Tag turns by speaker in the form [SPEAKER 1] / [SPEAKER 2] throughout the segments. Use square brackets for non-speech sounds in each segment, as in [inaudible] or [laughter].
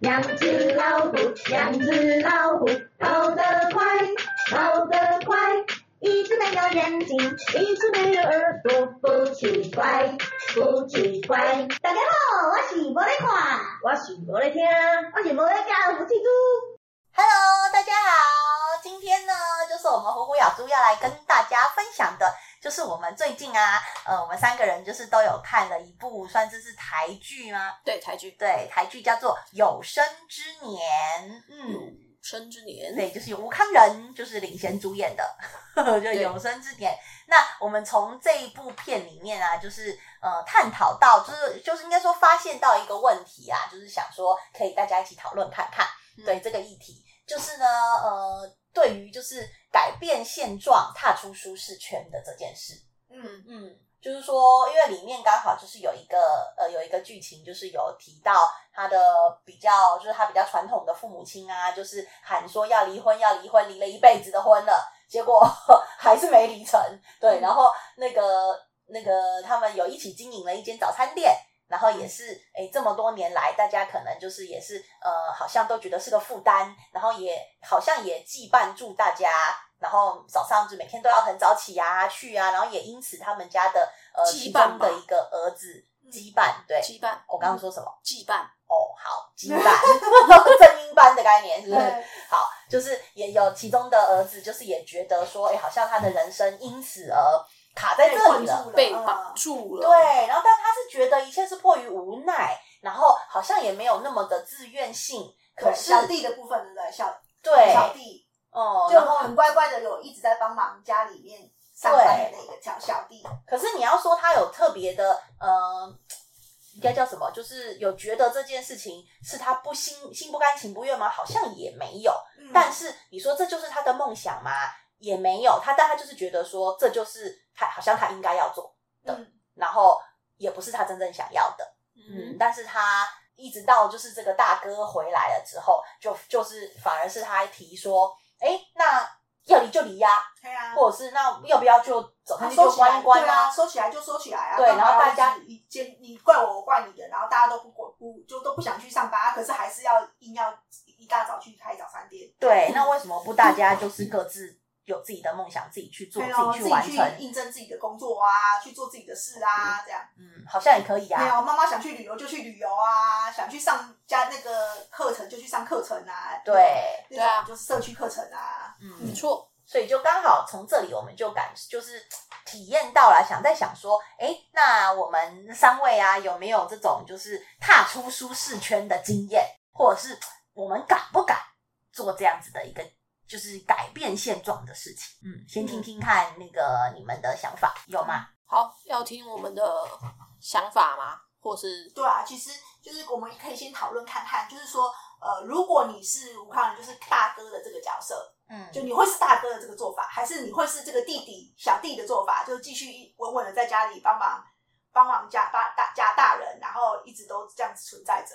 [SPEAKER 1] 两只老虎，两只老虎，跑得快，跑得快。一只没有眼睛，一只没有耳朵，不奇怪，不奇怪。
[SPEAKER 2] 大家好，我是无在看，
[SPEAKER 1] 我是无在听，
[SPEAKER 2] 我是无在教福气猪。
[SPEAKER 3] Hello，大家好，今天呢，就是我们虎虎咬猪要来跟大家分享的，就是我们最近啊，呃，我们三个人就是都有看了一部，算是是台剧吗？
[SPEAKER 4] 对，台剧，
[SPEAKER 3] 对，台剧叫做《有生之年》，嗯，
[SPEAKER 4] 有生之年，
[SPEAKER 3] 对，就是由吴康仁就是领衔主演的， [laughs] 就《有生之年》。那我们从这一部片里面啊，就是呃探讨到，就是就是应该说发现到一个问题啊，就是想说可以大家一起讨论看看，
[SPEAKER 4] 嗯
[SPEAKER 3] 对这个议题，就是呢，呃，对于就是改变现状、踏出舒适圈的这件事，
[SPEAKER 4] 嗯
[SPEAKER 3] 嗯，就是说，因为里面刚好就是有一个呃有一个剧情，就是有提到他的比较，就是他比较传统的父母亲啊，就是喊说要离婚，要离婚，离了一辈子的婚了，结果 [laughs] 还是没离成。对，然后那个那个他们有一起经营了一间早餐店。然后也是，诶，这么多年来，大家可能就是也是，呃，好像都觉得是个负担，然后也好像也羁绊住大家，然后早上就每天都要很早起啊，去啊，然后也因此他们家的呃其
[SPEAKER 4] 羁绊吧
[SPEAKER 3] 中的一个儿子羁绊，对，
[SPEAKER 4] 羁绊，
[SPEAKER 3] 我刚刚说什么？
[SPEAKER 4] 羁绊，
[SPEAKER 3] 哦，好，羁绊， [laughs] 正音班的概念是不是？
[SPEAKER 4] 对
[SPEAKER 3] 好，就是也有其中的儿子，就是也觉得说，哎，好像他的人生因此而卡在这里了，
[SPEAKER 4] 被
[SPEAKER 2] 啊
[SPEAKER 4] 绑住了，
[SPEAKER 3] 对，然后但他是觉得一切是迫于无奈，然后好像也没有那么的自愿性。可
[SPEAKER 2] 对
[SPEAKER 3] 是，
[SPEAKER 2] 小弟的部分，对不对？小
[SPEAKER 3] 对，
[SPEAKER 2] 小弟
[SPEAKER 3] 哦、
[SPEAKER 2] 就
[SPEAKER 3] 然后
[SPEAKER 2] 很乖乖的，有一直在帮忙家里面上班的那个小小弟。
[SPEAKER 3] 可是你要说他有特别的，呃，应该叫什么？就是有觉得这件事情是他不心心不甘情不愿吗？好像也没有。
[SPEAKER 2] 嗯
[SPEAKER 3] 但是你说这就是他的梦想吗？也没有。他但他就是觉得说这就是他好像他应该要做的，
[SPEAKER 4] 嗯
[SPEAKER 3] 然后也不是他真正想要的。嗯，
[SPEAKER 4] 嗯，
[SPEAKER 3] 但是他一直到就是这个大哥回来了之后，就就是反而是他提说，哎、那要离就离呀、
[SPEAKER 2] 对啊，
[SPEAKER 3] 或者是那要不要就早餐
[SPEAKER 2] 他
[SPEAKER 3] 店
[SPEAKER 2] 收
[SPEAKER 3] 就
[SPEAKER 2] 起来
[SPEAKER 3] 关一关
[SPEAKER 2] 对啊，收起来就收起来啊。
[SPEAKER 3] 对
[SPEAKER 2] 干嘛
[SPEAKER 3] 然后大
[SPEAKER 2] 要
[SPEAKER 3] 家
[SPEAKER 2] 一直你你怪我，我怪你的，然后大家都不管不就都不想去上班，啊可是还是要硬要一大早去开早餐店，
[SPEAKER 3] 对，那为什么不大家就是各自有自己的梦想，自己去做，
[SPEAKER 2] 对哦，
[SPEAKER 3] 自
[SPEAKER 2] 自
[SPEAKER 3] 己去完
[SPEAKER 2] 己去
[SPEAKER 3] 成？
[SPEAKER 2] 应征自己的工作啊，去做自己的事啊，这样。
[SPEAKER 3] 嗯，好像也可以
[SPEAKER 2] 没
[SPEAKER 3] 啊。
[SPEAKER 2] 有，妈妈想去旅游就去旅游啊，想去上加那个课程就去上课程啊。
[SPEAKER 3] 对，
[SPEAKER 2] 那
[SPEAKER 4] 对啊
[SPEAKER 2] 种就是社区课程啊。
[SPEAKER 3] 嗯
[SPEAKER 4] 没，错，
[SPEAKER 3] 所以就刚好从这里我们就感就是体验到了，想在想说，哎，那我们三位啊有没有这种就是踏出舒适圈的经验，或者是我们敢不敢做这样子的一个就是改变现状的事情？嗯，先听听看那个你们的想法有吗？
[SPEAKER 4] 好，要听我们的想法吗？或是
[SPEAKER 2] 对啊，其实就是我们可以先讨论看看，就是说，呃，如果你是吴康仁，就是大哥的这个角色，
[SPEAKER 3] 嗯，
[SPEAKER 2] 就你会是大哥的这个做法，还是你会是这个弟弟小弟的做法，就是继续稳稳的在家里帮忙。帮忙家大大家大人，然后一直都这样子存在着。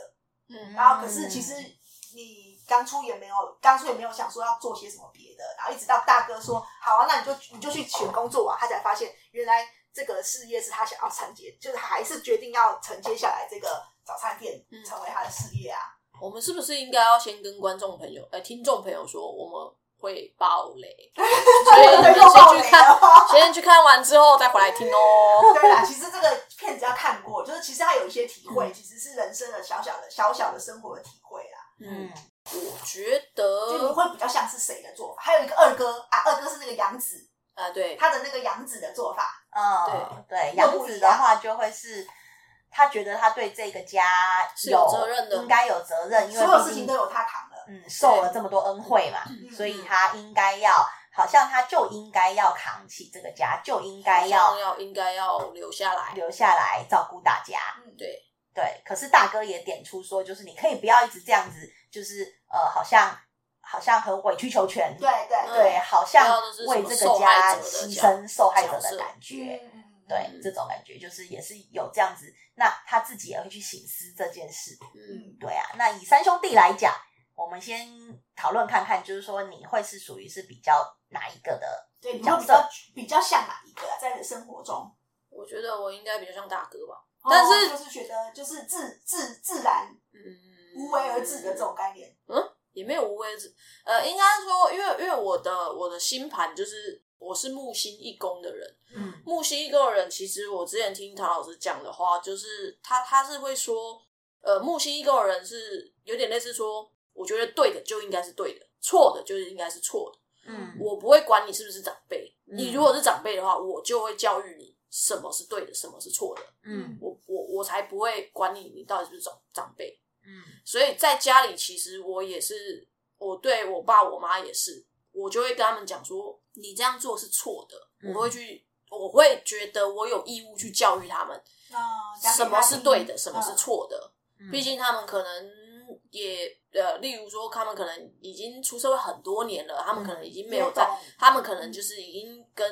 [SPEAKER 4] 嗯
[SPEAKER 2] 然后啊可是其实你当初也没有，当初也没有想说要做些什么别的，然后一直到大哥说好啊，那你就你就去选工作啊，他才发现原来这个事业是他想要承接，就是还是决定要承接下来这个早餐店
[SPEAKER 4] 嗯
[SPEAKER 2] 成为他的事业啊。
[SPEAKER 4] 我们是不是应该要先跟观众朋友、呃听众朋友说我们会爆雷，所以你们
[SPEAKER 2] 对，又爆
[SPEAKER 4] 先去
[SPEAKER 2] 雷
[SPEAKER 4] 看，
[SPEAKER 2] 了。
[SPEAKER 4] 先去看完之后再回来听哦。
[SPEAKER 2] 对啦，其实这个片子要看过，就是其实他有一些体
[SPEAKER 4] 嗯
[SPEAKER 2] 会，其实是人生的小小的小小的生活的体会啦。
[SPEAKER 4] 嗯，我觉得
[SPEAKER 2] 就你会比较像是谁的做法？还有一个二哥啊，二哥是那个杨子，
[SPEAKER 4] 啊、对，
[SPEAKER 2] 他的那个杨子的做法，
[SPEAKER 3] 嗯，对，
[SPEAKER 2] 又
[SPEAKER 3] 杨
[SPEAKER 2] 不
[SPEAKER 3] 子
[SPEAKER 2] 一
[SPEAKER 3] 的
[SPEAKER 2] 样
[SPEAKER 3] 话就会是，他觉得他对这个家
[SPEAKER 4] 是有责任的
[SPEAKER 3] 应该有责任，因
[SPEAKER 2] 所
[SPEAKER 3] 为
[SPEAKER 2] 有
[SPEAKER 3] 毕
[SPEAKER 2] 事情
[SPEAKER 3] 竟
[SPEAKER 2] 都有他扛了。
[SPEAKER 3] 嗯受了这么多恩惠嘛，
[SPEAKER 2] 嗯
[SPEAKER 3] 所以他应该要，好像他就应该要扛起这个家，就应该
[SPEAKER 4] 好
[SPEAKER 3] 要
[SPEAKER 4] 像要应该要留下来，
[SPEAKER 3] 留下来照顾大家。
[SPEAKER 2] 嗯
[SPEAKER 4] 对，
[SPEAKER 3] 对，可是大哥也点出说，就是你可以不要一直这样子，就是呃，好像好像很委曲求全，
[SPEAKER 2] 对对
[SPEAKER 4] 嗯
[SPEAKER 3] 对，好像
[SPEAKER 4] 不要就是什么
[SPEAKER 3] 为这个
[SPEAKER 4] 受害
[SPEAKER 3] 家
[SPEAKER 4] 者的
[SPEAKER 3] 牺
[SPEAKER 4] 角
[SPEAKER 3] 牲受害者
[SPEAKER 4] 角
[SPEAKER 3] 的
[SPEAKER 4] 色
[SPEAKER 3] 感觉。
[SPEAKER 2] 嗯
[SPEAKER 3] 对，这种感觉就是也是有这样子，那他自己也会去醒思这件事。
[SPEAKER 4] 嗯，
[SPEAKER 2] 嗯
[SPEAKER 3] 对啊，那以三兄弟来讲，我们先讨论看看，就是说你会是属于是比较哪一个的？
[SPEAKER 2] 对，你
[SPEAKER 3] 角
[SPEAKER 2] 会比
[SPEAKER 3] 色
[SPEAKER 2] 较比较像哪一个啊在你的生活中？
[SPEAKER 4] 我觉得我应该比较像大哥吧，但是
[SPEAKER 2] 哦就是觉得就是自自自然
[SPEAKER 4] 嗯，
[SPEAKER 2] 无为而制的这种概念。
[SPEAKER 4] 也没有无为之，呃，应该说，因为因为我的我的星盘就是我是木星一宫的人，
[SPEAKER 3] 嗯，
[SPEAKER 4] 木星一宫的人，其实我之前听唐老师讲的话，就是他他是会说，呃，木星一宫的人是有点类似说，我觉得对的就应该是对的，错的就是应该是错的，
[SPEAKER 3] 嗯
[SPEAKER 4] 我不会管你是不是长辈，
[SPEAKER 3] 嗯
[SPEAKER 4] 你如果是长辈的话，我就会教育你什么是对的，什么是错的，
[SPEAKER 3] 嗯
[SPEAKER 4] 我我我才不会管你你到底是不是长长辈，
[SPEAKER 3] 嗯
[SPEAKER 4] 所以在家里，其实我也是，我对我爸我妈也是，我就会跟他们讲说，你这样做是错的，
[SPEAKER 3] 嗯
[SPEAKER 4] 我会去，我会觉得我有义务去教育他们，
[SPEAKER 2] 那
[SPEAKER 4] 什么是对的，什么是
[SPEAKER 2] 嗯
[SPEAKER 4] 错的。
[SPEAKER 3] 嗯
[SPEAKER 4] 毕竟他们可能也呃，例如说，他们可能已经出社会很多年了，
[SPEAKER 3] 嗯
[SPEAKER 4] 他们可能已经没有在
[SPEAKER 2] 懂，
[SPEAKER 4] 他们可能就是已经跟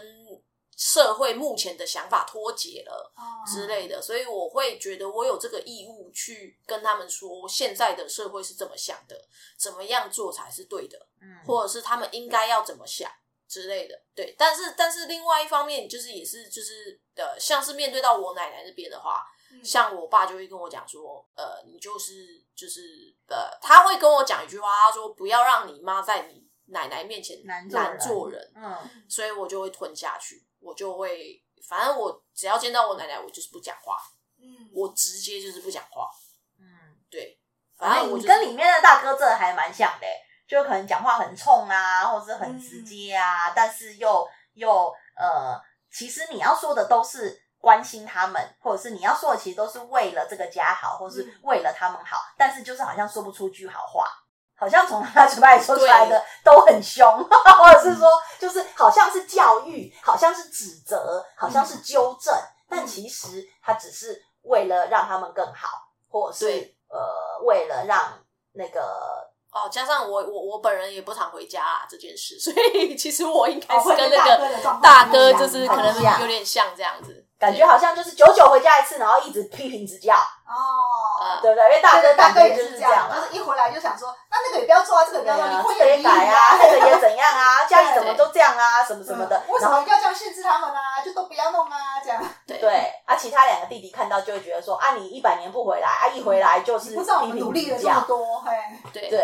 [SPEAKER 4] 社会目前的想法脱节了。
[SPEAKER 2] 嗯
[SPEAKER 4] 之类的，所以我会觉得我有这个义务去跟他们说，现在的社会是怎么想的，怎么样做才是对的，
[SPEAKER 3] 嗯
[SPEAKER 4] 或者是他们应该要怎么想之类的。对，但是但是另外一方面，就是也是就是呃，像是面对到我奶奶那边的话，
[SPEAKER 2] 嗯
[SPEAKER 4] 像我爸就会跟我讲说，呃，你就是就是呃，他会跟我讲一句话，他说不要让你妈在你奶奶面前
[SPEAKER 3] 难做人
[SPEAKER 4] 难做人，
[SPEAKER 3] 嗯
[SPEAKER 4] 所以我就会吞下去，我就会，反正我只要见到我奶奶，我就是不讲话，
[SPEAKER 2] 嗯
[SPEAKER 4] 我直接就是不讲话，
[SPEAKER 3] 嗯，
[SPEAKER 4] 对，反
[SPEAKER 3] 反正
[SPEAKER 4] 正
[SPEAKER 3] 哎
[SPEAKER 4] 我
[SPEAKER 3] 你
[SPEAKER 4] 就是
[SPEAKER 3] 跟里面的大哥这还蛮像的欸，就可能讲话很冲啊，或是很
[SPEAKER 4] 嗯
[SPEAKER 3] 直接啊，但是又又呃，其实你要说的都是。关心他们，或者是你要说的，其实都是为了这个家好，或是
[SPEAKER 2] 嗯
[SPEAKER 3] 为了他们好，但是就是好像说不出句好话，好像从他嘴巴里说出来的都很凶， [laughs] 或者
[SPEAKER 4] 嗯
[SPEAKER 3] 是说就是好像是教育，好像是指责，好像
[SPEAKER 4] 嗯
[SPEAKER 3] 是纠正，但其实他只是为了让他们更好，或者是
[SPEAKER 4] 对
[SPEAKER 3] 呃为了让那个
[SPEAKER 4] 哦，加上我我我本人也不常回家啊这件事，所 [laughs] 以其实我应该
[SPEAKER 2] 哦
[SPEAKER 4] 是
[SPEAKER 2] 会
[SPEAKER 4] 跟
[SPEAKER 2] 跟
[SPEAKER 4] 那
[SPEAKER 2] 大
[SPEAKER 4] 个
[SPEAKER 2] 哥的状况
[SPEAKER 4] 大
[SPEAKER 2] 不一
[SPEAKER 4] 哥
[SPEAKER 2] 样哦
[SPEAKER 4] 就是
[SPEAKER 3] 很
[SPEAKER 4] 可能
[SPEAKER 3] 像
[SPEAKER 4] 有点像这样子，
[SPEAKER 3] 感觉好像就是久久回家一次，然后一直批评指教，
[SPEAKER 2] 哦，
[SPEAKER 4] 啊，
[SPEAKER 3] 对不嗯对？因为大哥
[SPEAKER 2] 对大
[SPEAKER 3] 感
[SPEAKER 2] 哥
[SPEAKER 3] 觉
[SPEAKER 2] 也
[SPEAKER 3] 就是
[SPEAKER 2] 是
[SPEAKER 3] 这
[SPEAKER 2] 这
[SPEAKER 3] 样
[SPEAKER 2] 样，
[SPEAKER 3] 嘛
[SPEAKER 2] 就。是一回来就想说，那那个也不要做啊，这个也不
[SPEAKER 3] 对
[SPEAKER 2] 要做，你
[SPEAKER 3] 啊，
[SPEAKER 2] 婚
[SPEAKER 3] 这个
[SPEAKER 2] 也
[SPEAKER 3] 也
[SPEAKER 2] 离
[SPEAKER 3] 改啊，那个也怎样啊，家里怎么都这样啊，什么什么的
[SPEAKER 2] 嗯，为什
[SPEAKER 3] 然后
[SPEAKER 2] 么一定要这样限制他们啊？就都不要弄啊，这样。
[SPEAKER 4] 对
[SPEAKER 3] 对啊，其他两个弟弟看到就会觉得说啊，你一百年不回来啊，一回来就是
[SPEAKER 2] 你不知道我
[SPEAKER 3] 批
[SPEAKER 2] 们
[SPEAKER 3] 评
[SPEAKER 2] 努力了
[SPEAKER 3] 指
[SPEAKER 2] 这么
[SPEAKER 3] 教。
[SPEAKER 2] 多，嘿，
[SPEAKER 4] 对
[SPEAKER 3] 对，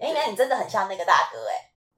[SPEAKER 3] 哎、那你真的很像那个大哥
[SPEAKER 2] [laughs]
[SPEAKER 3] 哎、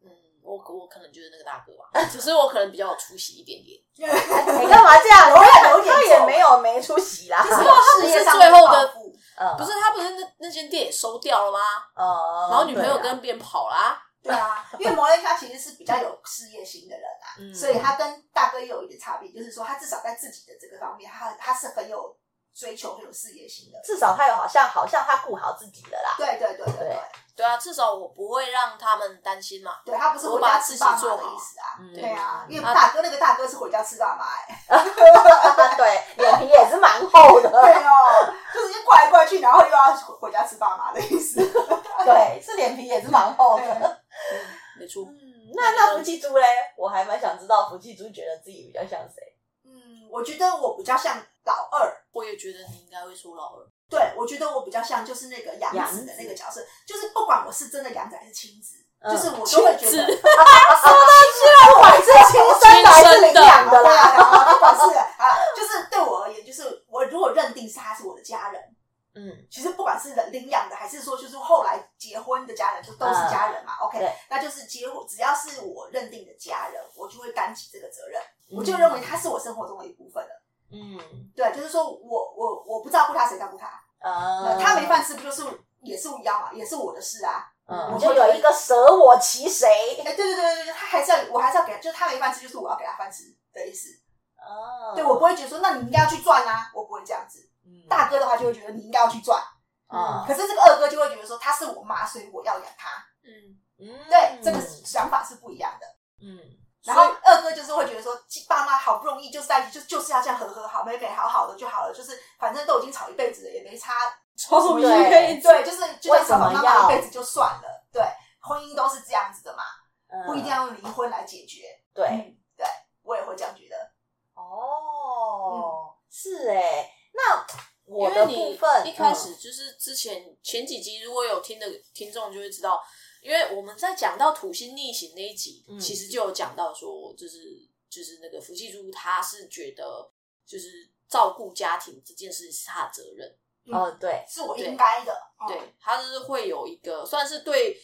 [SPEAKER 4] 嗯，我我可能就是那个大哥吧，只是我可能比较有出息一点点，
[SPEAKER 3] 你干嘛这样？
[SPEAKER 2] 有点有
[SPEAKER 3] 他
[SPEAKER 2] 点
[SPEAKER 3] 他也没有没出息啦。
[SPEAKER 2] 就是
[SPEAKER 4] 事业上面的抱负
[SPEAKER 3] 嗯，
[SPEAKER 4] 不是他不是那那间店也收掉了吗？
[SPEAKER 3] 哦，
[SPEAKER 4] 然后女朋友
[SPEAKER 3] 对啦
[SPEAKER 4] 跟别人跑啦，
[SPEAKER 2] 对啊，因为摩雷他其实是比较有事业心的人啊，
[SPEAKER 4] 嗯
[SPEAKER 2] 所以他跟大哥也有一点差别，就是说他至少在自己的这个方面，他他是很有追求、很有事业心的。
[SPEAKER 3] 至少他有好像好像他顾好自己了啦。
[SPEAKER 2] 对对对对对，
[SPEAKER 4] 对啊，至少我不会让他们担心嘛。
[SPEAKER 2] 对他不是回家吃爸妈的意思啊。
[SPEAKER 3] 嗯
[SPEAKER 2] 对啊，因为
[SPEAKER 4] 啊
[SPEAKER 2] 大哥那个大哥是回家吃爸妈哎、
[SPEAKER 3] [laughs] 对，脸皮也是蛮厚的。
[SPEAKER 2] [laughs] 对哦，就是一怪来怪去，然后又要回家吃爸妈的意 [laughs] 思。
[SPEAKER 3] 对，是脸皮也是蛮厚的。
[SPEAKER 4] 嗯没错，
[SPEAKER 3] 嗯，那那福气猪嘞？我还蛮想知道福气猪觉得自己比较像谁。
[SPEAKER 2] 嗯，我觉得我比较像老二，
[SPEAKER 4] 我也觉得你应该会说老二。
[SPEAKER 2] 对我觉得我比较像就是那个杨子的那个角色，就是不管我是真的杨子还是亲子，
[SPEAKER 3] 嗯
[SPEAKER 2] 就是我都会觉
[SPEAKER 4] 亲
[SPEAKER 2] 得
[SPEAKER 4] 子
[SPEAKER 2] 啊
[SPEAKER 3] 不管啊是亲生的还是领养的啦。
[SPEAKER 2] 啦，不管是啊，就是对我而言，就是我如果认定是他是我的家人，
[SPEAKER 3] 嗯
[SPEAKER 2] 其实不管是领养的还是说就是后来结婚的家人，就都是家人嘛。OK，
[SPEAKER 3] 嗯对
[SPEAKER 2] 那就是结婚只要是我认定的家人，我就会担起这个责任，我就认为他是我生活中的一部分了。
[SPEAKER 3] 嗯
[SPEAKER 2] 对，就是说我我我不照顾他，谁照顾他？
[SPEAKER 3] 啊
[SPEAKER 2] 呃，他没饭吃，不就是也是一样嘛，也是我的事啊。
[SPEAKER 3] 嗯，就有一个舍我其谁。
[SPEAKER 2] 哎，对对对对对，他还是要我还是要给他，就是他没饭吃，就是我要给他饭吃的意思。
[SPEAKER 3] 哦嗯
[SPEAKER 2] 对我不会觉得说，那你应该要去赚啊，我不会这样子。大嗯哥的话就会觉得你应该要去赚，
[SPEAKER 3] 啊，
[SPEAKER 2] 可是这个二哥就会觉得说他是我妈，所以我要养他。
[SPEAKER 4] 嗯，
[SPEAKER 3] 嗯
[SPEAKER 2] 对，这个想法是不一样的。
[SPEAKER 3] 嗯
[SPEAKER 2] 然后二哥就是会觉得说，爸妈好不容易就是在一起，就就是要这样和和好，妹妹好好的就好了，就是反正都已经吵一辈子了，也没
[SPEAKER 3] [laughs]
[SPEAKER 2] 差。
[SPEAKER 4] 抽
[SPEAKER 3] 一辈
[SPEAKER 2] 对，就是就
[SPEAKER 3] 为
[SPEAKER 2] 算吵吵
[SPEAKER 3] 什么
[SPEAKER 2] 闹
[SPEAKER 3] 要
[SPEAKER 2] 闹一辈子就算了。对，婚姻都是这样子的嘛，不一定要用离婚来解决。
[SPEAKER 3] 呃对
[SPEAKER 2] 嗯对，我也会这样觉得。嗯
[SPEAKER 3] 哦，是哎，那我
[SPEAKER 4] 因
[SPEAKER 3] 的
[SPEAKER 4] 为你
[SPEAKER 3] 部分嗯
[SPEAKER 4] 一开始就是之前前几集，如果有听的听众就会知道，因为我们在讲到土星逆行那一集，
[SPEAKER 3] 嗯
[SPEAKER 4] 其实就有讲到说，就是就是那个福气猪，他是觉得就是照顾家庭这件事是他的责任，
[SPEAKER 3] 哦对，
[SPEAKER 2] 是我应该的，嗯
[SPEAKER 4] 对他就是会有一个算是对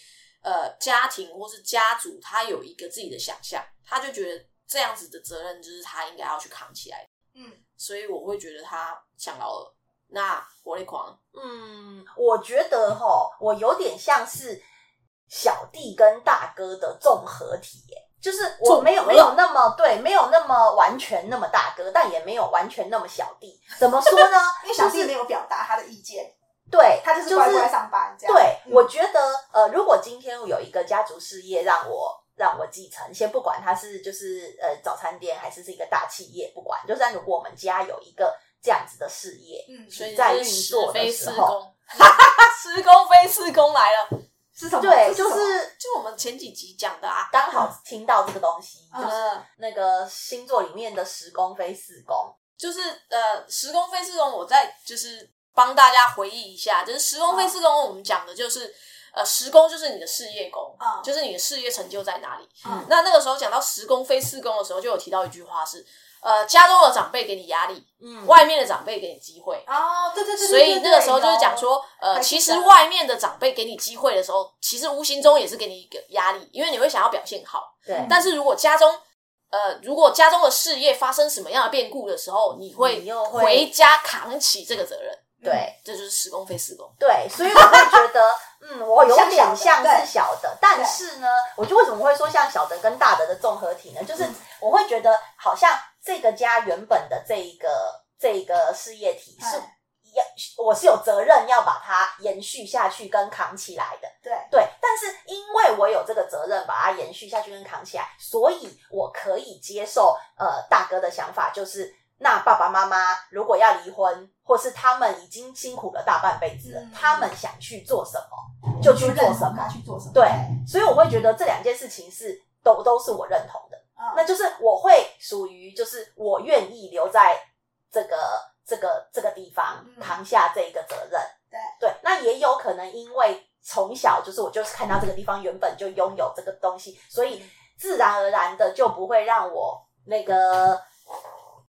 [SPEAKER 4] 呃家庭或是家族，他有一个自己的想象，他就觉得这样子的责任就是他应该要去扛起来，
[SPEAKER 2] 嗯，？
[SPEAKER 4] 所以我会觉得他想到了。那活力狂，
[SPEAKER 3] 嗯，我觉得哈，我有点像是小弟跟大哥的综合体耶，就是我没有
[SPEAKER 4] 综合
[SPEAKER 3] 没有那么对，没有那么完全那么大哥，但也没有完全那么小弟。怎么说呢 [laughs]
[SPEAKER 2] 因为小
[SPEAKER 3] 就
[SPEAKER 2] 弟
[SPEAKER 3] 是
[SPEAKER 2] 没有表达他的意见，
[SPEAKER 3] 对，
[SPEAKER 2] 他就是乖乖上班这样。
[SPEAKER 3] 对，
[SPEAKER 2] 嗯
[SPEAKER 3] 我觉得呃，如果今天有一个家族事业让我让我继承，先不管它是就是呃早餐店还是是一个大企业，不管，就是如果我们家有一个这样子的事业，
[SPEAKER 2] 嗯，
[SPEAKER 4] 所以
[SPEAKER 3] 在
[SPEAKER 4] 你
[SPEAKER 3] 运
[SPEAKER 4] 是
[SPEAKER 3] 作的
[SPEAKER 4] 非
[SPEAKER 3] 时
[SPEAKER 4] 四嗯
[SPEAKER 3] 候
[SPEAKER 4] 公， [laughs] 施工非四公来了，
[SPEAKER 2] 是什么？
[SPEAKER 3] 对，
[SPEAKER 2] 这
[SPEAKER 3] 就
[SPEAKER 2] 什么
[SPEAKER 3] 是
[SPEAKER 4] 就我们前几集讲的啊，
[SPEAKER 3] 刚好听到这个东西，
[SPEAKER 2] 嗯
[SPEAKER 3] 就是那个星座里面的十宫非四宫，
[SPEAKER 4] 就是呃，时空飞逝宫，我再就是帮大家回忆一下，就是时空飞
[SPEAKER 3] 嗯
[SPEAKER 4] 逝宫，我们讲的就是呃，时宫就是你的事业宫，
[SPEAKER 2] 嗯
[SPEAKER 4] 就是你的事业成就在哪里。
[SPEAKER 2] 嗯
[SPEAKER 4] 那那个时候讲到时宫飞逝宫的时候，就有提到一句话是，呃，家中的长辈给你压力，
[SPEAKER 3] 嗯
[SPEAKER 4] 外面的长辈给你机会。
[SPEAKER 2] 哦，对对对，对
[SPEAKER 4] 所以那个时候就是讲，说，
[SPEAKER 2] 还
[SPEAKER 4] 呃，
[SPEAKER 2] 记
[SPEAKER 4] 其
[SPEAKER 3] 啊
[SPEAKER 2] 得
[SPEAKER 4] 实外面的长辈给你机会的时候，其实无形中也是给你一个压力，因为你会想要表现好。
[SPEAKER 3] 对，
[SPEAKER 4] 但是如果家中，呃，如果家中的事业发生什么样的变故的时候，你会
[SPEAKER 3] 你又会
[SPEAKER 4] 回家扛起这个责任，
[SPEAKER 2] 有
[SPEAKER 3] 对
[SPEAKER 4] 这就是十公非四公。
[SPEAKER 3] 对，所以我会觉得， [laughs] 嗯，我有
[SPEAKER 2] 像
[SPEAKER 3] 点
[SPEAKER 2] 小的
[SPEAKER 3] 像
[SPEAKER 2] 对
[SPEAKER 3] 是小的，但是呢，我就为什么会说像小的跟大的的综合体呢？就是我会觉得，好像这个家原本的这一个这一个事业体
[SPEAKER 2] 嗯
[SPEAKER 3] 是要，我是有责任要把它延续下去跟扛起来的。
[SPEAKER 2] 对，
[SPEAKER 3] 对，但是因为我有这个责任把它延续下去跟扛起来，所以我可以接受呃大哥的想法，就是那爸爸妈妈如果要离婚，或是他们已经辛苦了大半辈子了，
[SPEAKER 2] 嗯
[SPEAKER 3] 他们想去做什么就去
[SPEAKER 2] 去
[SPEAKER 3] 做
[SPEAKER 2] 做
[SPEAKER 3] 什
[SPEAKER 2] 什么
[SPEAKER 3] 么。
[SPEAKER 2] 去做什么，
[SPEAKER 3] 对，所以我会觉得这两件事情是都都是我认同的，那
[SPEAKER 2] 嗯，
[SPEAKER 3] 就是我会属于就是我愿意留在这个这个这个地方
[SPEAKER 2] 嗯
[SPEAKER 3] 扛下这一个责任。
[SPEAKER 2] 对
[SPEAKER 3] 对，那也有可能因为从小就是我就是看到这个地方原本就拥有这个东西，所以
[SPEAKER 2] 嗯
[SPEAKER 3] 自然而然的就不会让我那个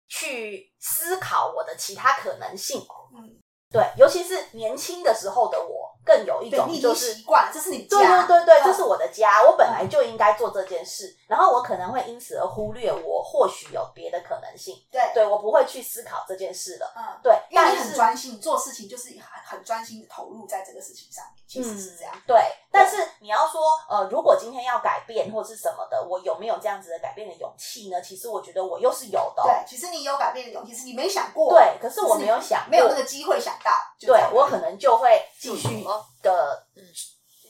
[SPEAKER 3] 去思考我的其他可能性。
[SPEAKER 2] 嗯，
[SPEAKER 3] 对，尤其是年轻的时候的我，更有一
[SPEAKER 2] 对，你
[SPEAKER 3] 种
[SPEAKER 2] 已
[SPEAKER 3] 就
[SPEAKER 2] 经
[SPEAKER 3] 是
[SPEAKER 2] 习惯了，这是你
[SPEAKER 3] 对对
[SPEAKER 2] 家，
[SPEAKER 3] 对对，
[SPEAKER 2] 嗯
[SPEAKER 3] 这是我的家，我本来就应该做这件事，然后我可能会因此而忽略我或许有别的可能性，
[SPEAKER 2] 对，
[SPEAKER 3] 对我不会去思考这件事了。
[SPEAKER 2] 嗯，
[SPEAKER 3] 对，
[SPEAKER 2] 因为
[SPEAKER 3] 但
[SPEAKER 2] 你很
[SPEAKER 3] 是
[SPEAKER 2] 专心，你做事情就是很很专心的投入在这个事情上面，其实是这样。
[SPEAKER 3] 嗯
[SPEAKER 2] 嗯
[SPEAKER 3] 对，但是你要说，呃，如果今天要改变或是什么的，我有没有这样子的改变的勇气呢？其实我觉得我又是有的哦、
[SPEAKER 2] 对，其实你有改变的勇气，是你没想过，
[SPEAKER 3] 对可是我没有想过
[SPEAKER 2] 没有那个机会想到，就这
[SPEAKER 3] 对
[SPEAKER 2] 样
[SPEAKER 3] 我可能就会继续
[SPEAKER 4] 哦
[SPEAKER 3] 的
[SPEAKER 4] 嗯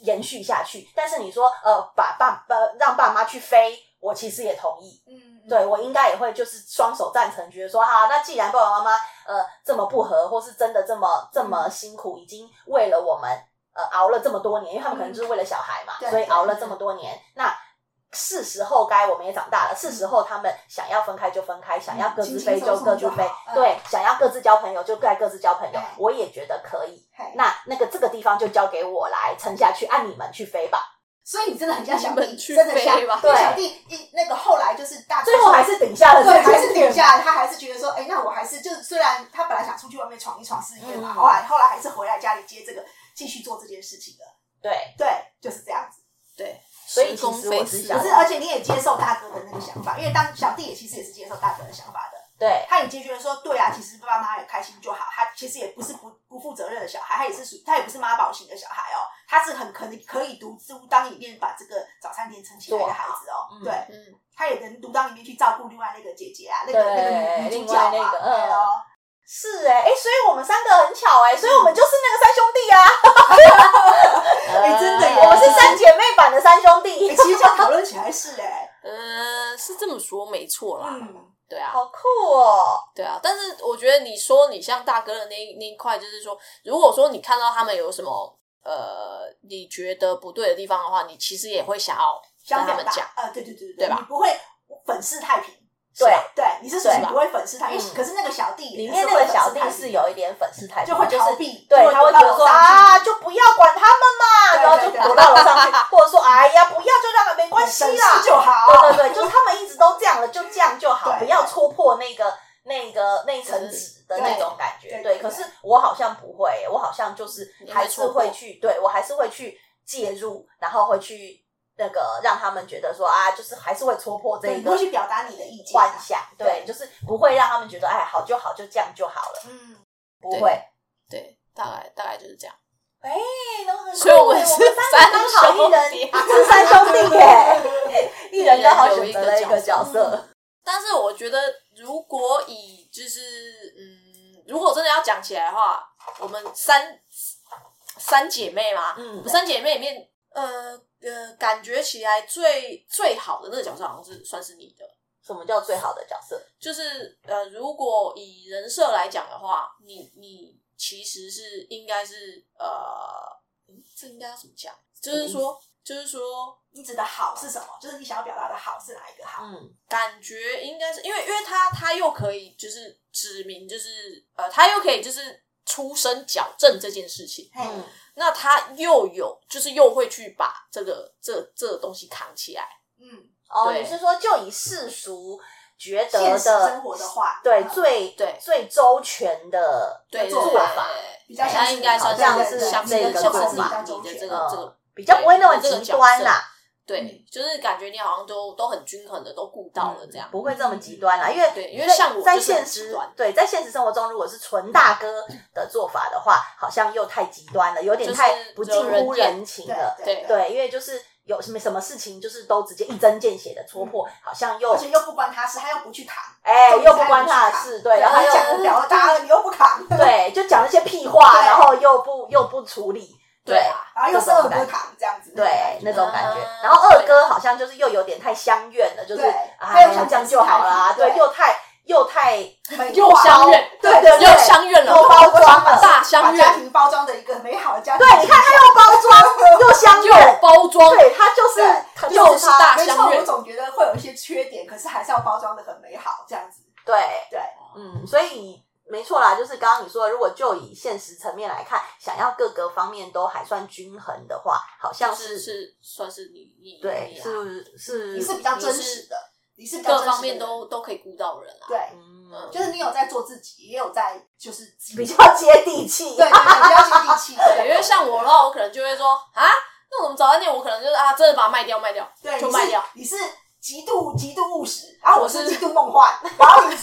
[SPEAKER 3] 延续下去。但是你说，呃，把爸爸让爸妈去飞，我其实也同意。
[SPEAKER 2] 嗯，嗯
[SPEAKER 3] 对我应该也会就是双手赞成，觉得说哈、那既然爸爸妈妈呃这么不和，或是真的这么这
[SPEAKER 2] 嗯
[SPEAKER 3] 么辛苦，已经为了我们呃熬了这么多年，因为他们可能就是为了小孩嘛，
[SPEAKER 2] 嗯对
[SPEAKER 3] 所以熬了这么多年，那。是时候该我们也长大了，是时候他们想要分开就分开，想要各自飞就各自
[SPEAKER 2] 嗯轻轻松松
[SPEAKER 3] 飞
[SPEAKER 2] 就好，嗯
[SPEAKER 3] 对，想要各自交朋友就该各自交朋友
[SPEAKER 2] 对，
[SPEAKER 3] 我也觉得可以。
[SPEAKER 2] 嘿
[SPEAKER 3] 那那个这个地方就交给我来撑下去，按你们去飞吧。
[SPEAKER 2] 所以你真的很像小弟，
[SPEAKER 4] 你们去
[SPEAKER 2] 真的像，
[SPEAKER 4] 飞吧
[SPEAKER 2] 因为
[SPEAKER 3] 对
[SPEAKER 2] 小弟一那个后来就是大，
[SPEAKER 3] 最后还是顶下了这
[SPEAKER 2] 对，
[SPEAKER 3] 件事，
[SPEAKER 2] 还是顶下来，他还是觉得说，哎、那我还是就是虽然他本来想出去外面闯一闯事业嘛，
[SPEAKER 3] 嗯
[SPEAKER 2] 后来后来还是回来家里接这个，继续做这件事情的，
[SPEAKER 3] 对，
[SPEAKER 2] 对，就是这样子。
[SPEAKER 3] 嗯
[SPEAKER 4] 对，
[SPEAKER 3] 所以
[SPEAKER 4] 十公
[SPEAKER 3] 其实我
[SPEAKER 4] 非
[SPEAKER 3] 只
[SPEAKER 4] 四
[SPEAKER 3] 想
[SPEAKER 2] 可
[SPEAKER 4] 公
[SPEAKER 2] 是，而且你也接受大哥的那个想法，因为当小弟也其实也是接受大哥的想法的，
[SPEAKER 3] 对，
[SPEAKER 2] 他也觉得说，对啊，其实爸妈也开心就好。他其实也不是不不负责任的小孩，他也是属他也不是妈宝型的小孩哦，他是很可能可以独独当一面把这个早餐店撑起来的孩子哦。
[SPEAKER 3] 做好嗯
[SPEAKER 2] 对，
[SPEAKER 4] 嗯，
[SPEAKER 2] 他也能独当一面去照顾另外那个姐姐啊，那个那个女
[SPEAKER 3] 对
[SPEAKER 2] 女主角啊，
[SPEAKER 3] 另外那个嗯
[SPEAKER 2] 对哦，
[SPEAKER 3] 是哎、欸、哎、所以我们三个很巧哎、所以我
[SPEAKER 2] 嗯
[SPEAKER 3] 们就是那个三兄弟啊，
[SPEAKER 2] 哎真的耶
[SPEAKER 4] 呃
[SPEAKER 3] 我们是三姐妹版的三兄弟，
[SPEAKER 2] 哎其实这样讨论起来
[SPEAKER 3] [laughs]
[SPEAKER 2] 是哎，
[SPEAKER 4] 呃，是这么说没错啦，
[SPEAKER 2] 嗯，
[SPEAKER 4] 对啊，
[SPEAKER 3] 好酷哦，
[SPEAKER 4] 对啊，但是我觉得你说你像大哥的那一那一块，就是说，如果说你看到他们有什么呃，你觉得不对的地方的话，你其实也会想要
[SPEAKER 2] 相
[SPEAKER 4] 跟他
[SPEAKER 2] 表
[SPEAKER 4] 们
[SPEAKER 2] 达
[SPEAKER 4] 讲，
[SPEAKER 2] 啊，对对对对
[SPEAKER 4] 对吧
[SPEAKER 2] 你不会粉饰太平。
[SPEAKER 3] 对
[SPEAKER 2] 是吧对，你是属于
[SPEAKER 3] 对吧
[SPEAKER 2] 不会粉饰太平，因为
[SPEAKER 3] 嗯
[SPEAKER 2] 可是那个小弟
[SPEAKER 3] 里
[SPEAKER 2] 也
[SPEAKER 3] 面
[SPEAKER 2] 是
[SPEAKER 3] 那
[SPEAKER 2] 会
[SPEAKER 3] 个
[SPEAKER 2] 粉饰
[SPEAKER 3] 小
[SPEAKER 2] 太
[SPEAKER 3] 弟
[SPEAKER 2] 平
[SPEAKER 3] 是有一点粉饰太平，
[SPEAKER 2] 就会
[SPEAKER 3] 是
[SPEAKER 2] 逃避，
[SPEAKER 3] 对，他会觉得
[SPEAKER 2] 躲
[SPEAKER 3] 说
[SPEAKER 2] 到楼上去
[SPEAKER 3] 啊，就不要管他们嘛，
[SPEAKER 2] 对
[SPEAKER 3] 然后就
[SPEAKER 2] 对哎对
[SPEAKER 3] 躲到楼上去，或者说哎呀，不要就让他没关系
[SPEAKER 2] 省
[SPEAKER 3] 啦
[SPEAKER 2] 事，就好。
[SPEAKER 3] 对对对，就是他们一直都这样了，就这样就好，
[SPEAKER 2] 哦对
[SPEAKER 3] 不要戳破那个那个那一层纸的
[SPEAKER 2] 对
[SPEAKER 3] 那种感觉。
[SPEAKER 2] 对
[SPEAKER 3] 对，
[SPEAKER 2] 对对
[SPEAKER 3] 可是我好像不会，我好像就是
[SPEAKER 4] 你会
[SPEAKER 3] 还是
[SPEAKER 4] 错过
[SPEAKER 3] 会去，对我还是会去介入，然后会去那个让他们觉得说啊，就是还是会戳破这
[SPEAKER 2] 对，
[SPEAKER 3] 一
[SPEAKER 2] 你会
[SPEAKER 3] 个
[SPEAKER 2] 去表达你的意见啊
[SPEAKER 3] 幻，想，
[SPEAKER 2] 对
[SPEAKER 3] 对，就是不会让他们觉得哎，好就好，就这样就好了，
[SPEAKER 2] 嗯，
[SPEAKER 3] 不
[SPEAKER 4] 对
[SPEAKER 3] 会。
[SPEAKER 4] 对，大概大概就是这样。
[SPEAKER 3] 哎，然后很
[SPEAKER 4] 所以
[SPEAKER 3] 酷
[SPEAKER 4] 我们
[SPEAKER 3] 哎
[SPEAKER 4] 是
[SPEAKER 3] 我们三个
[SPEAKER 4] 三
[SPEAKER 3] 刚好一人
[SPEAKER 4] 兄弟
[SPEAKER 3] 是三兄弟耶，一人刚好选择了一个角
[SPEAKER 4] 一人有一个
[SPEAKER 3] 色，
[SPEAKER 4] 但是我觉得，如果以就是嗯，如果真的要讲起来的话，我们三三姐妹嘛，
[SPEAKER 3] 嗯
[SPEAKER 4] 我们三姐妹里面，呃呃，感觉起来最最好的那个角色好像是算是你的，
[SPEAKER 3] 什么叫最好的角色？
[SPEAKER 4] 就是呃，如果以人设来讲的话，你你其实是应该是呃，嗯，这应该要怎么讲？就是说，就是说，
[SPEAKER 2] 你指的好是什么？就是你想要表达的好是哪一个好？
[SPEAKER 3] 嗯，
[SPEAKER 4] 感觉应该是因为，因为他他又可以就是指明，就是呃，他又可以就是出声矫正这件事情，
[SPEAKER 2] 嘿，
[SPEAKER 3] 嗯
[SPEAKER 4] 那他又有就是又会去把这个这这个东西扛起来，
[SPEAKER 2] 嗯，
[SPEAKER 3] 哦，
[SPEAKER 4] 对
[SPEAKER 3] 你是说就以世俗觉得
[SPEAKER 2] 现
[SPEAKER 3] 的
[SPEAKER 2] 实生活的话，
[SPEAKER 3] 对
[SPEAKER 2] 嗯
[SPEAKER 3] 最
[SPEAKER 4] 对
[SPEAKER 3] 最周全的
[SPEAKER 4] 对
[SPEAKER 3] 做
[SPEAKER 4] 对
[SPEAKER 3] 法，
[SPEAKER 4] 对
[SPEAKER 2] 比较像
[SPEAKER 4] 他
[SPEAKER 2] 是
[SPEAKER 4] 应该算
[SPEAKER 3] 好像
[SPEAKER 4] 是
[SPEAKER 3] 是
[SPEAKER 4] 像
[SPEAKER 3] 这个
[SPEAKER 4] 像
[SPEAKER 3] 做
[SPEAKER 4] 是
[SPEAKER 3] 法
[SPEAKER 4] 你的这
[SPEAKER 2] 嗯
[SPEAKER 4] 个这个
[SPEAKER 3] 比较不会那么
[SPEAKER 4] 对这个
[SPEAKER 3] 极端
[SPEAKER 4] 角色
[SPEAKER 3] 啦，嗯
[SPEAKER 4] 对，就是感觉你好像都都很均衡的，都顾到了这样。嗯
[SPEAKER 3] 不会这么极端啦，因为
[SPEAKER 4] 对因为
[SPEAKER 3] 在
[SPEAKER 4] 像我
[SPEAKER 3] 在
[SPEAKER 4] 就是很
[SPEAKER 3] 现
[SPEAKER 4] 极
[SPEAKER 3] 实
[SPEAKER 4] 端
[SPEAKER 3] 对在现实生活中，如果是纯大哥的做法的话，好像又太极端了，有点
[SPEAKER 4] 就是
[SPEAKER 3] 太不近
[SPEAKER 4] 惹人
[SPEAKER 3] 乎
[SPEAKER 4] 厌
[SPEAKER 3] 人情了。
[SPEAKER 2] 对
[SPEAKER 4] 对
[SPEAKER 3] 对，因为就是有什么什么事情，就是都直接一针见血的戳
[SPEAKER 4] 嗯
[SPEAKER 3] 破，好像又
[SPEAKER 2] 而且又不关他事，他又不去扛，
[SPEAKER 3] 哎、
[SPEAKER 2] 重点
[SPEAKER 3] 又
[SPEAKER 2] 是
[SPEAKER 3] 不
[SPEAKER 2] 他
[SPEAKER 3] 关
[SPEAKER 2] 不
[SPEAKER 3] 他的
[SPEAKER 2] 去
[SPEAKER 3] 事，对，然后
[SPEAKER 2] 他
[SPEAKER 3] 又
[SPEAKER 2] 讲表达了，你又不扛，
[SPEAKER 3] [laughs] 对，就讲那些屁话，
[SPEAKER 2] 对
[SPEAKER 3] 然后又不又不处理，
[SPEAKER 4] 对啊
[SPEAKER 2] [laughs] 然后又
[SPEAKER 3] 这
[SPEAKER 2] 是
[SPEAKER 3] 种
[SPEAKER 2] 二
[SPEAKER 3] 感
[SPEAKER 2] 哥扛这样子，
[SPEAKER 3] 对那种感觉。然后
[SPEAKER 4] 对
[SPEAKER 3] 二哥好像就是又有点太相怨了，就是
[SPEAKER 2] 对
[SPEAKER 3] 啊，
[SPEAKER 2] 他又想
[SPEAKER 3] 这样就好啦，
[SPEAKER 2] 对
[SPEAKER 3] 对，又太又太
[SPEAKER 2] 很
[SPEAKER 4] 又相怨
[SPEAKER 3] 对对对，
[SPEAKER 4] 又相怨了
[SPEAKER 3] 又包装了，
[SPEAKER 4] 大相
[SPEAKER 2] 把家
[SPEAKER 4] 怨
[SPEAKER 2] 庭包装的一个美好的家庭，
[SPEAKER 3] 对，你看他又包 [laughs] 装又相
[SPEAKER 4] 又
[SPEAKER 3] 怨，
[SPEAKER 4] 包装，
[SPEAKER 3] 对他就是
[SPEAKER 2] 对
[SPEAKER 3] 他
[SPEAKER 4] 就是
[SPEAKER 3] 就是他
[SPEAKER 4] 大
[SPEAKER 2] 没
[SPEAKER 4] 相
[SPEAKER 2] 错，
[SPEAKER 4] 怨
[SPEAKER 2] 我总觉得会有一些缺点，可是还是要包装的很美好，这样子。
[SPEAKER 3] 对，
[SPEAKER 2] 对，
[SPEAKER 3] 嗯，所以没错啦，就是刚刚你说的，如果就以现实层面来看，想要各个方面都还算均衡的话，好像是
[SPEAKER 4] 是是算是你你
[SPEAKER 3] 对，
[SPEAKER 4] 你啊
[SPEAKER 3] 是是
[SPEAKER 2] 你是比较真实的，你是比较真
[SPEAKER 4] 各
[SPEAKER 2] 实的
[SPEAKER 4] 方面都都可以顾到人啊。
[SPEAKER 2] 对，
[SPEAKER 3] 嗯，
[SPEAKER 2] 就是你有在做自己，也有在就是自己
[SPEAKER 3] 比较接地气，
[SPEAKER 2] [laughs] 对对对，比较接地气。
[SPEAKER 4] 对，因为像我的话，我可能就会说啊，那我们早餐店我可能就是啊，真的把它卖掉卖掉，
[SPEAKER 2] 对
[SPEAKER 4] 就卖掉。
[SPEAKER 2] 你是你是极度极度务实，然后我
[SPEAKER 4] 我
[SPEAKER 2] 是
[SPEAKER 4] 是
[SPEAKER 2] 极度梦幻，然后你是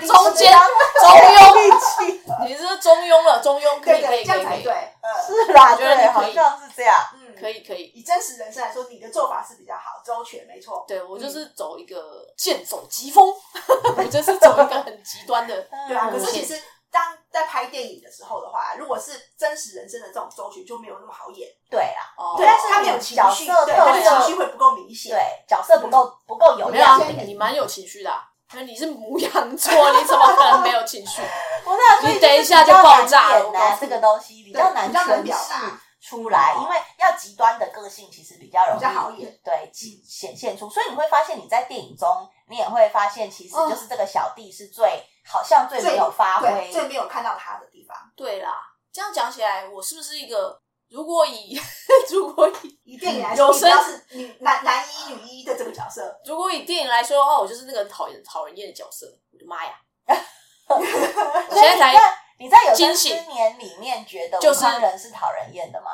[SPEAKER 2] 比较接
[SPEAKER 3] 啊
[SPEAKER 2] 地气的
[SPEAKER 4] 中间中
[SPEAKER 3] [laughs]
[SPEAKER 4] 庸，
[SPEAKER 2] 接地气，
[SPEAKER 4] [laughs] 你是中庸了，中庸可
[SPEAKER 2] 对
[SPEAKER 4] 以可
[SPEAKER 2] 对，
[SPEAKER 4] 以
[SPEAKER 2] 这
[SPEAKER 4] 可以
[SPEAKER 2] 样才对。嗯
[SPEAKER 3] 是啊啦，
[SPEAKER 4] 我觉得你
[SPEAKER 3] 对，
[SPEAKER 4] 可
[SPEAKER 3] 好
[SPEAKER 4] 以
[SPEAKER 3] 像是这样，
[SPEAKER 2] 嗯，
[SPEAKER 4] 可。以可以，
[SPEAKER 2] 以真实人生来说，你的做法是比较好周全，没错。
[SPEAKER 4] 对
[SPEAKER 3] 嗯
[SPEAKER 4] 我就是走一个剑走疾风， [laughs] 我就是走一个很极
[SPEAKER 3] [laughs]
[SPEAKER 4] 端的，
[SPEAKER 2] 对啊，
[SPEAKER 3] 嗯
[SPEAKER 2] 可是其实当在拍电影的时候的话，如果是真实人生的这种周旋，就没有那么好演。
[SPEAKER 3] 对啊啦，
[SPEAKER 4] 哦，
[SPEAKER 2] 对，但是他没有情
[SPEAKER 3] 角
[SPEAKER 2] 绪，
[SPEAKER 3] 色
[SPEAKER 2] 对，他的
[SPEAKER 4] 特色
[SPEAKER 2] 情绪会不够明显。
[SPEAKER 3] 对，角色不够不够有
[SPEAKER 4] 没有啊
[SPEAKER 3] 亮点，，
[SPEAKER 4] 你蛮有情绪的、啊，因为你是母羊座，
[SPEAKER 3] [laughs]
[SPEAKER 4] 你怎么可能没有情绪？
[SPEAKER 3] 我那啊所以
[SPEAKER 4] 你等一下就爆炸了我告诉
[SPEAKER 3] 啊这个东西比较难
[SPEAKER 2] 比较难
[SPEAKER 3] 诠
[SPEAKER 2] 表
[SPEAKER 3] 释
[SPEAKER 2] 达
[SPEAKER 3] 出来，因为要极端的个性其实比较容易
[SPEAKER 2] 比较好演
[SPEAKER 3] 对其显现出，所以你会发现你在电影中，你也会发现其实
[SPEAKER 4] 哦
[SPEAKER 3] 就是这个小弟是最好像最没有发
[SPEAKER 2] 对，
[SPEAKER 3] 挥，
[SPEAKER 2] 最没有看到他的地方。
[SPEAKER 4] 对啦，这样讲起来，我是不是一个？如果以 [laughs] 如果以
[SPEAKER 2] 以电影来说，
[SPEAKER 4] 有
[SPEAKER 2] 你只要
[SPEAKER 4] 生
[SPEAKER 2] 是女男男一女一的这个角色，
[SPEAKER 4] 如果以电影来说的话，我就是那个很讨厌讨人厌的角色。我的妈
[SPEAKER 3] [laughs]
[SPEAKER 4] 呀！我
[SPEAKER 3] 所以你
[SPEAKER 4] 现在才
[SPEAKER 3] 在你在有生
[SPEAKER 4] 惊
[SPEAKER 3] 之
[SPEAKER 4] 醒
[SPEAKER 3] 年里面觉得
[SPEAKER 4] 就是
[SPEAKER 3] 吴康仁是讨人厌的吗？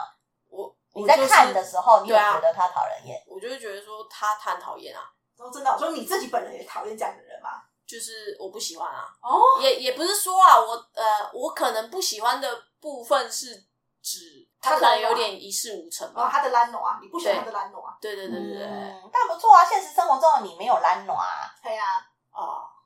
[SPEAKER 4] 我
[SPEAKER 3] 你
[SPEAKER 4] 我
[SPEAKER 3] 在
[SPEAKER 4] 就是
[SPEAKER 3] 看的时候，你有
[SPEAKER 4] 对啊
[SPEAKER 3] 觉得他讨人厌？
[SPEAKER 4] 我就会觉得说他他很讨厌啊，
[SPEAKER 2] 说真的，我说你自己本人也讨厌这样的人吗？
[SPEAKER 4] 就是我不喜欢啊，
[SPEAKER 2] 哦，
[SPEAKER 4] 也也不是说啊，我呃我可能不喜欢的部分是指他可能
[SPEAKER 3] 啊
[SPEAKER 4] 有点一事无成
[SPEAKER 2] 哦，
[SPEAKER 4] 吧。
[SPEAKER 2] 他的烂挪啊，你不喜欢他的烂挪啊？
[SPEAKER 4] 对对对对对，啊、
[SPEAKER 3] 哦嗯，但不错啊，现实生活中的你没有懒暖啊。
[SPEAKER 2] 对啊，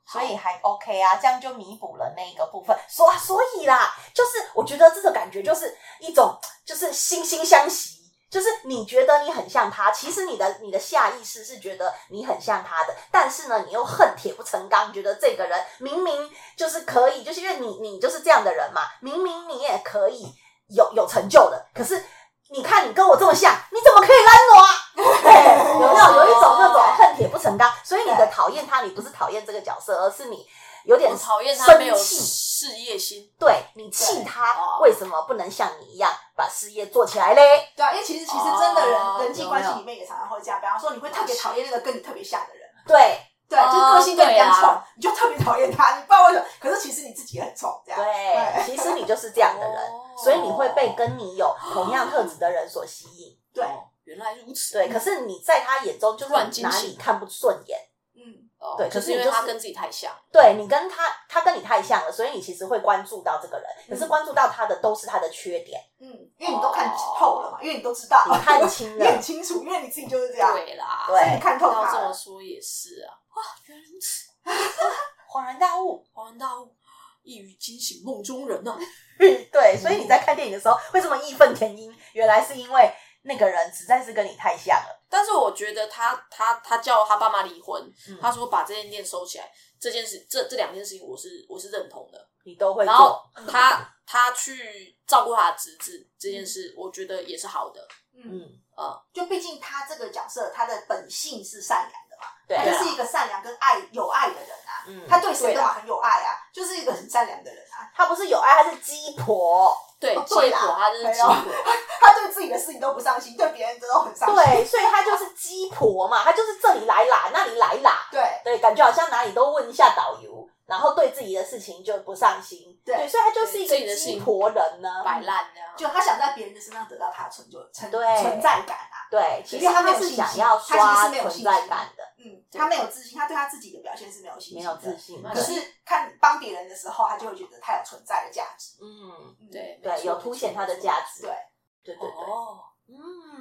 [SPEAKER 3] 所以还 OK 啊，这样就弥补了那个部分。所啊所以啦，就是我觉得这种感觉就是一种就是惺惺相惜，就是你觉得你很像他，其实你的你的下意识是觉得你很像他的，但是呢，你又恨铁不成钢，觉得这个人明明就是可以，就是因为你你就是这样的人嘛，明明你也可以有有成就的，可是。你看，你跟我这么像，你怎么可以拦我啊？ [laughs] 对，有没有有一种那种恨铁不成钢？所以你的讨厌他，你不是讨厌这个角色，而是你有点
[SPEAKER 4] 我讨厌他没有
[SPEAKER 3] 生气
[SPEAKER 4] 事业心。
[SPEAKER 3] 对你气
[SPEAKER 2] 对
[SPEAKER 3] 他
[SPEAKER 4] 哦
[SPEAKER 3] 为什么不能像你一样把事业做起来嘞？
[SPEAKER 2] 对啊，因为其实其实真的人、
[SPEAKER 4] 哦
[SPEAKER 2] 人际关系里面也常常会这样，比方说你会特别讨厌那个跟你特别像的人，
[SPEAKER 3] 对，
[SPEAKER 2] 对，就是个性跟你一样
[SPEAKER 4] 哦对
[SPEAKER 2] 臭
[SPEAKER 4] 啊，
[SPEAKER 2] 你就特别讨厌他，你不知道为什么。可是其实你自己也很臭，这样。
[SPEAKER 3] 对，其实你就是这样的人，
[SPEAKER 4] 哦
[SPEAKER 3] 所以你会被跟你有同样特质的人所吸引。
[SPEAKER 2] 对，
[SPEAKER 4] 哦原来如此。
[SPEAKER 3] 对，可是你在他眼中就是
[SPEAKER 4] 突然嗯惊
[SPEAKER 3] 哪
[SPEAKER 4] 喜
[SPEAKER 3] 里看不顺眼，
[SPEAKER 2] 嗯，
[SPEAKER 4] 哦
[SPEAKER 3] 对
[SPEAKER 4] 就
[SPEAKER 3] 可
[SPEAKER 4] 是
[SPEAKER 3] 是
[SPEAKER 4] 因为
[SPEAKER 3] 你就是
[SPEAKER 4] 他跟自己太像，
[SPEAKER 3] 对你跟他，他跟你太像了，所以你其实会关注到这个人，可
[SPEAKER 4] 嗯
[SPEAKER 3] 是关注到他的都是他的缺点，
[SPEAKER 2] 嗯，因为你都看透了嘛，因为你都知道，
[SPEAKER 4] 哦
[SPEAKER 3] 你看清
[SPEAKER 2] [laughs] 你
[SPEAKER 3] 了，
[SPEAKER 2] 很清楚，因为你自己就是这样，
[SPEAKER 4] 对啦，
[SPEAKER 3] 对
[SPEAKER 2] 所以你看透
[SPEAKER 4] 要
[SPEAKER 2] 他
[SPEAKER 4] 这么
[SPEAKER 2] 了。
[SPEAKER 4] 说也是啊。哇，原来如此，
[SPEAKER 3] [laughs] 恍然大悟。
[SPEAKER 4] 恍然大悟，一语惊醒梦中人啊！
[SPEAKER 3] [laughs] 对，
[SPEAKER 2] 嗯
[SPEAKER 3] 所以你在看电影的时候会这么义愤填膺，原来是因为那个人实在是跟你太像了。
[SPEAKER 4] 但是我觉得他他他叫他爸妈离婚，
[SPEAKER 3] 嗯
[SPEAKER 4] 他说把这间店收起来，这件事这这两件事情我是我是认同的。
[SPEAKER 3] 你都会
[SPEAKER 4] 然后
[SPEAKER 3] 做，
[SPEAKER 4] 他他去照顾他的侄子这件事，我觉得也是好的。
[SPEAKER 2] 嗯，
[SPEAKER 3] 嗯，
[SPEAKER 2] 就毕竟他这个角色，他的本性是善良的嘛，
[SPEAKER 3] 对
[SPEAKER 2] 他
[SPEAKER 4] 啊
[SPEAKER 2] 就是一个善良跟爱有爱的人啊，
[SPEAKER 3] 嗯，
[SPEAKER 2] 他对谁
[SPEAKER 4] 对
[SPEAKER 2] 都
[SPEAKER 4] 啦
[SPEAKER 2] 很有爱啊，就是一个很善良的人啊，
[SPEAKER 3] 他不是有爱，他是鸡婆。
[SPEAKER 4] 对，
[SPEAKER 2] 哦
[SPEAKER 4] 结
[SPEAKER 2] 对
[SPEAKER 4] 果
[SPEAKER 2] 啦
[SPEAKER 4] 他就是
[SPEAKER 2] 哎
[SPEAKER 4] 结
[SPEAKER 2] 呦
[SPEAKER 4] 果，
[SPEAKER 2] 他对自己的事情都不上心，对别人的都很上心。
[SPEAKER 3] 对，所以他就是鸡婆嘛，他就是这里来啦，那里来啦，
[SPEAKER 2] 对
[SPEAKER 3] 对，感觉好像哪里都问一下导游，然后对自己的事情就不上心，
[SPEAKER 2] 对
[SPEAKER 3] 所以他就是一
[SPEAKER 4] 对自己的
[SPEAKER 3] 个
[SPEAKER 4] 事情
[SPEAKER 3] 鸡婆人呢。
[SPEAKER 4] 摆烂这样。
[SPEAKER 2] 就他想在别人的身上得到他的存就存
[SPEAKER 3] 对
[SPEAKER 2] 存在感啊，
[SPEAKER 3] 对，其实
[SPEAKER 2] 因为他没有
[SPEAKER 3] 是
[SPEAKER 2] 信心
[SPEAKER 3] 想要
[SPEAKER 2] 他其实
[SPEAKER 3] 刷
[SPEAKER 2] 是没有
[SPEAKER 3] 存
[SPEAKER 2] 信
[SPEAKER 3] 在
[SPEAKER 2] 心
[SPEAKER 3] 感的，
[SPEAKER 2] 嗯，他没有自信，他对他自己的表现是没有信心
[SPEAKER 3] 没
[SPEAKER 2] 的，
[SPEAKER 3] 有自信嘛。
[SPEAKER 2] 可是看帮别人的时候，他就会觉得他有存在的价值。
[SPEAKER 3] 嗯，
[SPEAKER 2] 嗯，
[SPEAKER 4] 对没
[SPEAKER 3] 对，
[SPEAKER 4] 错
[SPEAKER 3] 有
[SPEAKER 4] 没
[SPEAKER 3] 凸
[SPEAKER 4] 错
[SPEAKER 3] 显
[SPEAKER 4] 没
[SPEAKER 3] 他的
[SPEAKER 4] 错
[SPEAKER 3] 价值。
[SPEAKER 2] 对，
[SPEAKER 3] 对对对，
[SPEAKER 4] 哦，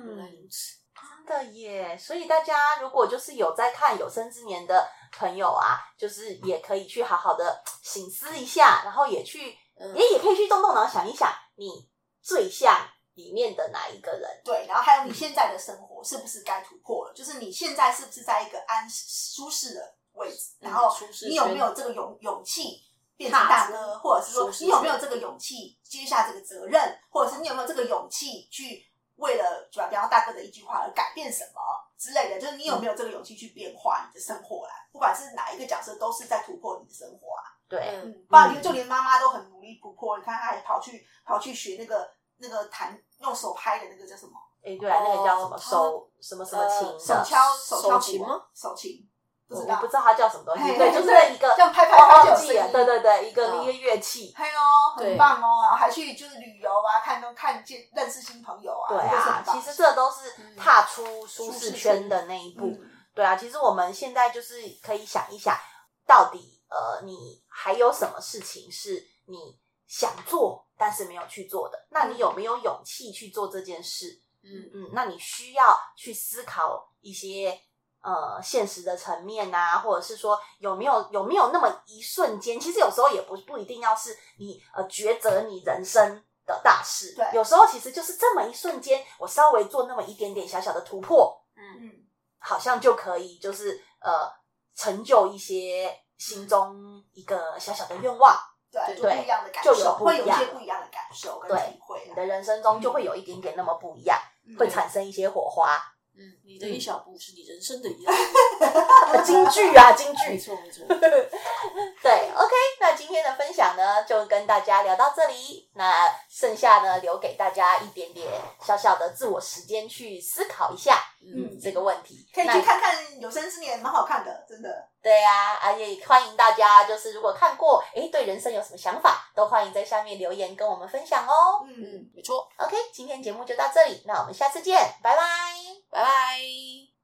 [SPEAKER 4] 原来
[SPEAKER 3] 嗯
[SPEAKER 4] 如。此。
[SPEAKER 3] 真的耶！所以大家如果就是有在看有生之年的朋友啊，就是也可以去好好的醒思一下，然后也去
[SPEAKER 4] 嗯
[SPEAKER 3] 也也可以去动动脑想一想，你最像里面的哪一个人？
[SPEAKER 2] 对，然后还有你现在的生活是不是该突破了？就是你现在是不是在一个安舒适的位置？
[SPEAKER 4] 嗯
[SPEAKER 2] 然后
[SPEAKER 4] 舒适
[SPEAKER 2] 你有没
[SPEAKER 4] 圈
[SPEAKER 2] 有这个勇勇气变成大哥，
[SPEAKER 4] 踏出
[SPEAKER 2] 或者是说
[SPEAKER 4] 舒适
[SPEAKER 2] 你有没有
[SPEAKER 4] 圈
[SPEAKER 2] 这个勇气接下这个责任，或者是你有没有这个勇气去为了就比方说大哥的一句话而改变什么之类的？就是你有没有这个勇气去变化你的生活啦？啊不管是哪一个角色，都是在突破你的生活啊。
[SPEAKER 3] 对，
[SPEAKER 4] 嗯，
[SPEAKER 2] 嗯，不然就连妈妈都很努力突破。你看，她还跑去跑去学那个那个弹用手拍的那个叫什么
[SPEAKER 3] 哎，对啊，那个叫什么
[SPEAKER 4] 哦
[SPEAKER 3] 手什么什么琴
[SPEAKER 4] 呃
[SPEAKER 2] 手
[SPEAKER 3] 的，
[SPEAKER 2] 敲手敲
[SPEAKER 4] 手
[SPEAKER 2] 鼓
[SPEAKER 4] 琴吗？
[SPEAKER 2] 手琴
[SPEAKER 3] 啊我
[SPEAKER 2] 不知
[SPEAKER 3] 我
[SPEAKER 2] 道
[SPEAKER 3] 不，知道它叫什么东西，
[SPEAKER 2] 嘿
[SPEAKER 3] 对，
[SPEAKER 2] 对
[SPEAKER 3] 就是
[SPEAKER 2] 对
[SPEAKER 3] 一个
[SPEAKER 2] 这样拍拍
[SPEAKER 3] 我
[SPEAKER 2] 拍就有
[SPEAKER 3] 忘
[SPEAKER 2] 声
[SPEAKER 3] 记了，
[SPEAKER 2] 音
[SPEAKER 3] 对对对，一个
[SPEAKER 4] 嗯
[SPEAKER 3] 一个乐器，
[SPEAKER 2] 嘿哦，
[SPEAKER 4] 对
[SPEAKER 2] 很棒哦，然后还去就是旅游啊，看都看见认识新朋友啊，
[SPEAKER 3] 对
[SPEAKER 2] 这个是
[SPEAKER 3] 啊
[SPEAKER 2] 很，棒
[SPEAKER 3] 其实这都是
[SPEAKER 4] 嗯
[SPEAKER 3] 踏出舒
[SPEAKER 4] 舒
[SPEAKER 3] 适
[SPEAKER 4] 适
[SPEAKER 3] 圈
[SPEAKER 4] 圈
[SPEAKER 3] 的那一步。
[SPEAKER 2] 嗯
[SPEAKER 3] 对啊，其实我们现在就是可以想一想，到底呃，你还有什么事情是你想做但是没有去做的？那你有没有勇气去做这件事？
[SPEAKER 4] 嗯，
[SPEAKER 3] 嗯，那你需要去思考一些呃现实的层面啊，或者是说有没有有没有那么一瞬间？其实有时候也不不一定要是你呃抉择你人生。的大事，
[SPEAKER 2] 对
[SPEAKER 3] 有时候其实就是这么一瞬间，我稍微做那么一点点小小的突破，
[SPEAKER 2] 嗯，
[SPEAKER 3] 好像就可以就是呃成就一些心中一个小小的愿望，
[SPEAKER 2] 对，
[SPEAKER 4] 对
[SPEAKER 2] 就不一样的感
[SPEAKER 3] 就
[SPEAKER 2] 受，
[SPEAKER 3] 有不
[SPEAKER 2] 会
[SPEAKER 3] 一
[SPEAKER 2] 有一
[SPEAKER 3] 样
[SPEAKER 2] 些
[SPEAKER 3] 了
[SPEAKER 2] 不一样的感受跟
[SPEAKER 3] 对
[SPEAKER 2] 体会
[SPEAKER 3] 你
[SPEAKER 2] 啊，
[SPEAKER 3] 的人生中就会有一点点那么不一样，
[SPEAKER 2] 嗯
[SPEAKER 3] 会产生一些火花。
[SPEAKER 2] 啊
[SPEAKER 4] 嗯，你的一小步是你人生的一大步，
[SPEAKER 3] 京剧啊，京
[SPEAKER 4] 没
[SPEAKER 3] 剧。
[SPEAKER 4] 错没错。
[SPEAKER 3] 对，OK，那今天的分享呢就跟大家聊到这里，那剩下呢留给大家一点点小小的自我时间去思考一下
[SPEAKER 4] 嗯，
[SPEAKER 3] 这个问题。
[SPEAKER 2] 可以
[SPEAKER 3] 那
[SPEAKER 2] 去看看《有生之年》，蛮好看的，真的。
[SPEAKER 3] 对呀、啊，也欢迎大家就是如果看过，诶，对人生有什么想法，都欢迎在下面留言跟我们分享哦。
[SPEAKER 2] 嗯，
[SPEAKER 4] 没错，
[SPEAKER 3] OK，今天节目就到这里，那我们下次见，拜拜。
[SPEAKER 4] 拜拜。